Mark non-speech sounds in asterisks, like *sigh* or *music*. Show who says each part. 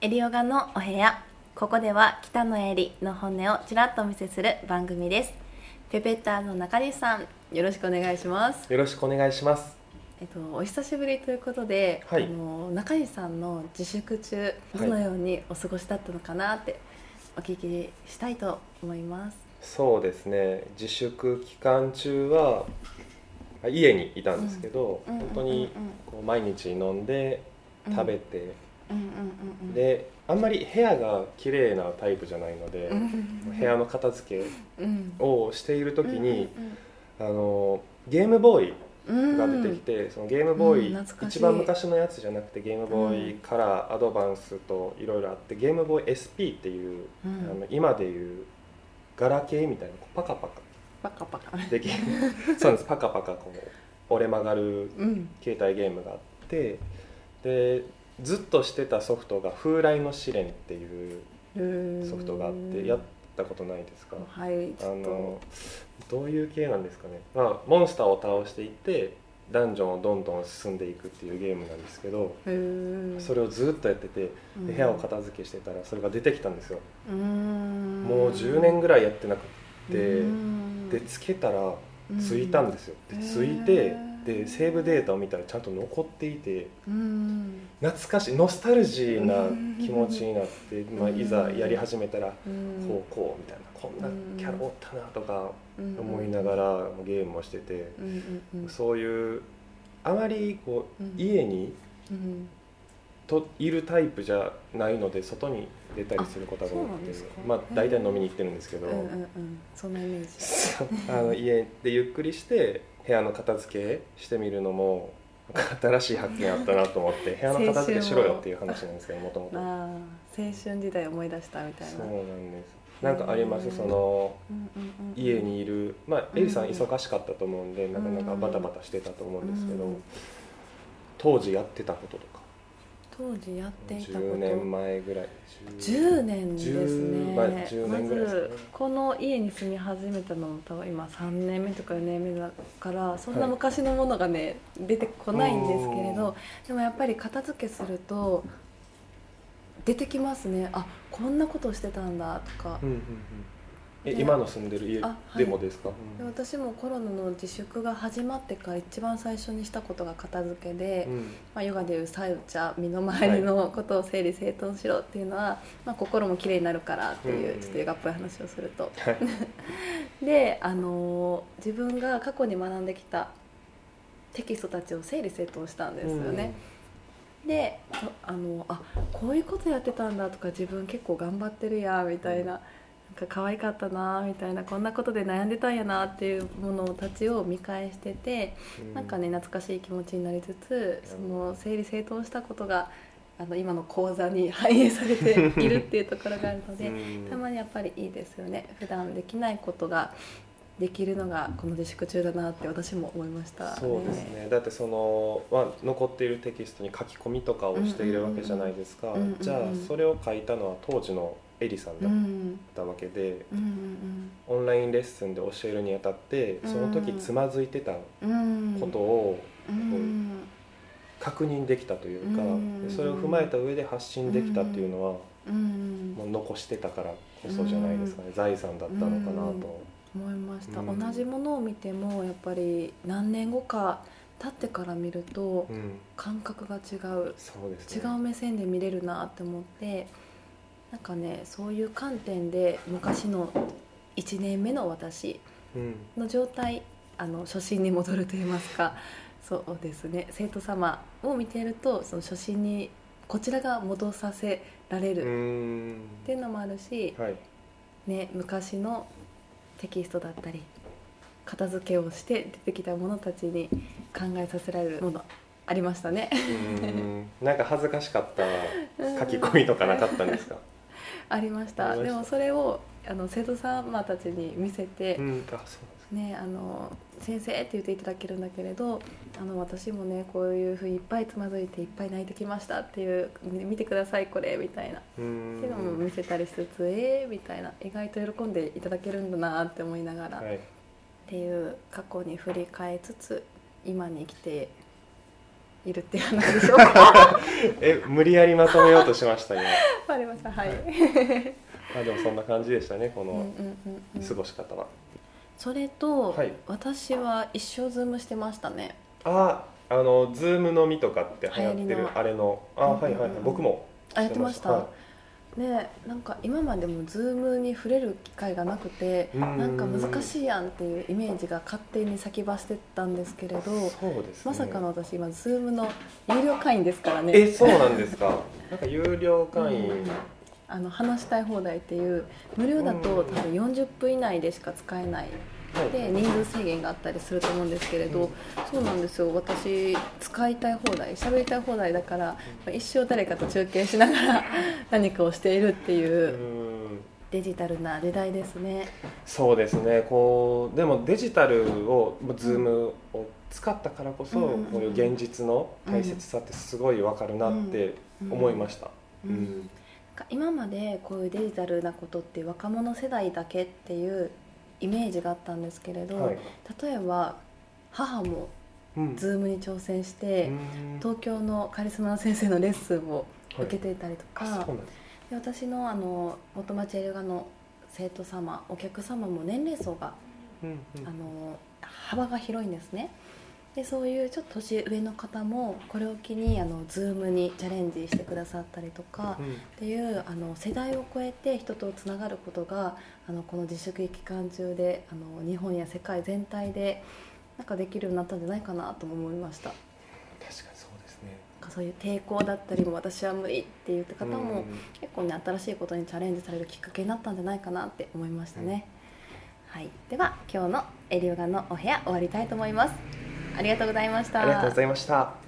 Speaker 1: エリオガのお部屋ここでは北野エリの本音をちらっとお見せする番組ですペペッターの中西さんよろしくお願いします
Speaker 2: よろしくお願いします。
Speaker 1: えっとお久しぶりということで、
Speaker 2: はい
Speaker 1: あの中西さんの自粛中
Speaker 2: は
Speaker 1: ど
Speaker 2: い
Speaker 1: のようにお過ごしだったのかなってお聞きしたいと思います、
Speaker 2: そうですね。自粛期間中はあ家にいたんですけど、
Speaker 1: うん
Speaker 2: 本当にこう毎日飲んで
Speaker 1: うん
Speaker 2: 食べて、
Speaker 1: うんうんうんうん
Speaker 2: であんまり部屋が綺麗なタイプじゃないので、
Speaker 1: うん
Speaker 2: 部屋の片付け
Speaker 1: うん
Speaker 2: をしている時に、あのゲームボーイが出てきて、そのゲームボー
Speaker 1: う
Speaker 2: イ、
Speaker 1: ん懐かしい
Speaker 2: 一番昔のやつじゃなくてゲームボーイカラーアドバンスといろいろあってゲームボーイ SP っていう、
Speaker 1: うんう
Speaker 2: あ
Speaker 1: ん
Speaker 2: の今でいうガラケーみたいなこうパカパカ
Speaker 1: パカパカ *laughs*
Speaker 2: できそうなんですパカパカこう折れ曲がる
Speaker 1: うん
Speaker 2: 携帯ゲームがあってでずっとしてたソフトが「風来の試練」っていうソフトがあってやったことないですか
Speaker 1: はい
Speaker 2: あ
Speaker 1: ちょっと
Speaker 2: のどういう系なんですかね、まあ、モンスターを倒していってダンジョンをどんどん進んでいくっていうゲームなんですけど
Speaker 1: へー
Speaker 2: それをずっとやってて
Speaker 1: うん
Speaker 2: で部屋を片付けしてたらそれが出てきたんですよ
Speaker 1: うーん
Speaker 2: もう10年ぐらいやってなくって
Speaker 1: うーん
Speaker 2: でつけたらついたんですよ、
Speaker 1: うん
Speaker 2: でついて
Speaker 1: へー
Speaker 2: でセーブデータを見たらちゃんと残っていて
Speaker 1: うん
Speaker 2: 懐かしいノスタルジーな気持ちになって、まあ、いざやり始めたら
Speaker 1: うん
Speaker 2: こうこうみたいなこんなキャラおったなとか
Speaker 1: うん
Speaker 2: 思いながらゲームをしてて
Speaker 1: うんうんうん
Speaker 2: そういうあまりこう
Speaker 1: うん
Speaker 2: 家に
Speaker 1: うん
Speaker 2: といるタイプじゃないので外に出たりすることが多
Speaker 1: あそうなん
Speaker 2: く
Speaker 1: で
Speaker 2: て
Speaker 1: すか
Speaker 2: まあ大体飲みに行ってるんですけど。
Speaker 1: うんうんうんそんなイメージ
Speaker 2: そう *laughs* あの家でゆっくりして部屋の片付けしてみるのも新しい発見あったなと思って部屋の片付けしろよっていう話なんですけどもとも
Speaker 1: あ
Speaker 2: と
Speaker 1: あ青春時代思い出したみたい
Speaker 2: そ
Speaker 1: な
Speaker 2: う
Speaker 1: う
Speaker 2: なんですなんかあります
Speaker 1: うん
Speaker 2: その
Speaker 1: んうんうん
Speaker 2: 家にいるまあエリさん
Speaker 1: うん
Speaker 2: 忙しかったと思うんでなかなか
Speaker 1: うん
Speaker 2: バタバタしてたと思うんですけ
Speaker 1: う
Speaker 2: ど
Speaker 1: ん
Speaker 2: 当時やってたこととか
Speaker 1: 当時やっていたこと
Speaker 2: 10年前ぐらい
Speaker 1: 10年ですね
Speaker 2: 10まあ10年ぐらいですね
Speaker 1: まずこの家に住み始めたのも多分今3年目とか4年目だからそんな昔のものがね、出てこないんですけれどでもやっぱり片付けすると出てきますねあこんなことしてたんだとか
Speaker 2: う、んうんうんえ
Speaker 1: で
Speaker 2: 今の住んでる家
Speaker 1: あはい
Speaker 2: でもですか
Speaker 1: で私もコロナの自粛が始まってから一番最初にしたことが片付けで、
Speaker 2: うん
Speaker 1: まあ、ヨガでいうサウチャ身の回りのことを整理整頓しろっていうのは、まあ、心もきれいになるからっていう、
Speaker 2: うん
Speaker 1: ちょっとヨガっぽい話をすると
Speaker 2: はい
Speaker 1: *laughs* で、あのー自分が過去に学んできたテキストたちを整理整頓したんですよね、でそあのーあこういうことやってたんだとか自分結構頑張ってるやみたいな。なんか可愛かったなみたいなこんなことで悩んでたんやなっていうものたちを見返してて
Speaker 2: う
Speaker 1: なんかね懐かしい気持ちになりつつその整理整頓したことがあの今の講座に *laughs* 反映されているっていうところがあるので
Speaker 2: うん
Speaker 1: たまにやっぱりいいですよね普段できないことができるのがこの自粛中だなって私も思いました、
Speaker 2: そうですねだってその、まあ、残っているテキストに書き込みとかをしているわけじゃないですか、
Speaker 1: うんうんうん
Speaker 2: じゃあ
Speaker 1: うんうんうん
Speaker 2: それを書いたのは当時のエリさん
Speaker 1: う
Speaker 2: だ
Speaker 1: ん
Speaker 2: っ
Speaker 1: うん
Speaker 2: たわけで、
Speaker 1: うん
Speaker 2: オンラインレッスンで教えるにあたってその時つまずいてた
Speaker 1: うんうん
Speaker 2: ことを
Speaker 1: うん
Speaker 2: 確認できたというか、
Speaker 1: うん
Speaker 2: でそれを踏まえた上で発信できたっていうのは、
Speaker 1: うん
Speaker 2: もう残してたからこそじゃないですかね、財産だったのかなと、
Speaker 1: 思いました、
Speaker 2: うん
Speaker 1: 同じものを見てもやっぱり何年後か経ってから見ると
Speaker 2: うん
Speaker 1: 感覚が違う
Speaker 2: そうです
Speaker 1: 違
Speaker 2: ね
Speaker 1: う目線で見れるなって思ってなんかねそういう観点で昔の1年目の私
Speaker 2: うん
Speaker 1: の状態あの初心に戻ると言いますかそうですね生徒様を見ているとその初心にこちらが戻させられ
Speaker 2: う
Speaker 1: る
Speaker 2: ん
Speaker 1: っていうのもあるし、
Speaker 2: はい
Speaker 1: ね、昔のテキストだったり片付けをして出てきたものたちに考えさせられるものありましたね
Speaker 2: うんなんか恥ずかしかった書き込みとかなかったんですか。
Speaker 1: ありました
Speaker 2: ありま
Speaker 1: で
Speaker 2: した
Speaker 1: もそれをあの生徒様たちに見せて、
Speaker 2: うん、あ、そう
Speaker 1: ね、あの先生って言っていただけるんだけれどあの私もねこういうふうにいっぱいつまずいていっぱい泣いてきましたっていうみ見てくださいこれみたいなっ
Speaker 2: なん
Speaker 1: ていう
Speaker 2: です
Speaker 1: のも見せたりしつつえーみたいな意外と喜んでいただけるんだなって思いながら、
Speaker 2: か。
Speaker 1: っ
Speaker 2: はい。
Speaker 1: ていう過去に振り返りつつ今に生きているっていう話で
Speaker 2: *laughs*
Speaker 1: しょうか
Speaker 2: え無理やりまとめようとしました今
Speaker 1: わかりましたはい、
Speaker 2: はまあでもそんな感じでしたねこ
Speaker 1: うん
Speaker 2: の
Speaker 1: うんうんうん
Speaker 2: 過ごし方は、
Speaker 1: それと、
Speaker 2: はい
Speaker 1: 私は一生ズームしてましたね
Speaker 2: ああのズーム飲みとかって流行って
Speaker 1: 流行り
Speaker 2: る
Speaker 1: の
Speaker 2: あれのあ
Speaker 1: うんうんうん
Speaker 2: はいはいはい僕も
Speaker 1: あやってました
Speaker 2: は
Speaker 1: ねなんか今までもズームに触れる機会がなくて
Speaker 2: うーん
Speaker 1: なんか難しいやんっていうイメージが勝手に先走ってたんですけれど
Speaker 2: いそうです、ね、
Speaker 1: まさかの私今ズームの有料会員ですからね
Speaker 2: えそうなんですかなんか有料会員、
Speaker 1: うんあの話したい放題っていう無料だと多分40分以内でしか使えない
Speaker 2: はい
Speaker 1: で人数制限があったりすると思うんですけれど、
Speaker 2: うん
Speaker 1: そうなんですよ私使いたい放題喋りたい放題だから、まあ一生誰かと中継しながら何かをしているっていうう
Speaker 2: ーん
Speaker 1: デジタルな時代ですね
Speaker 2: そうですねこうでもデジタルを Zoom を使ったからこそ、
Speaker 1: うんうんうん
Speaker 2: こういう現実の大切さってすごいわかるなって思いま
Speaker 1: し
Speaker 2: した、
Speaker 1: た、
Speaker 2: う
Speaker 1: うんんなんか今までこういうデジタルなことって若者世代だけっていうイメージがあったんですけれど、
Speaker 2: はい、
Speaker 1: 例えば母も
Speaker 2: うん
Speaker 1: ズームに挑戦して、
Speaker 2: うん
Speaker 1: 東京のカリスマの先生のレッスンを受けていたりとか、
Speaker 2: はいあそうなんです
Speaker 1: で私のあの元町エルガの生徒様お客様も年齢層が、
Speaker 2: うんうん
Speaker 1: あの幅が広いんですねでそういうちょっと年上の方もこれを機にあの Zoom にチャレンジしてくださったりとか
Speaker 2: うん
Speaker 1: っていうあの世代を超えて人とつながることがあのこの自粛期間中であの日本や世界全体でなんかできるようになったんじゃないかなとも思いましたな
Speaker 2: 確かにそうですね
Speaker 1: んかそういう抵抗だったりも私は無理って言った方も、
Speaker 2: うん
Speaker 1: 結構ね新しいことにチャレンジされるきっかけになったんじゃないかなって思いましたね、はい、では今日のエリオガのお部屋終わりたいと思いますありがとうございました
Speaker 2: ありがとうございました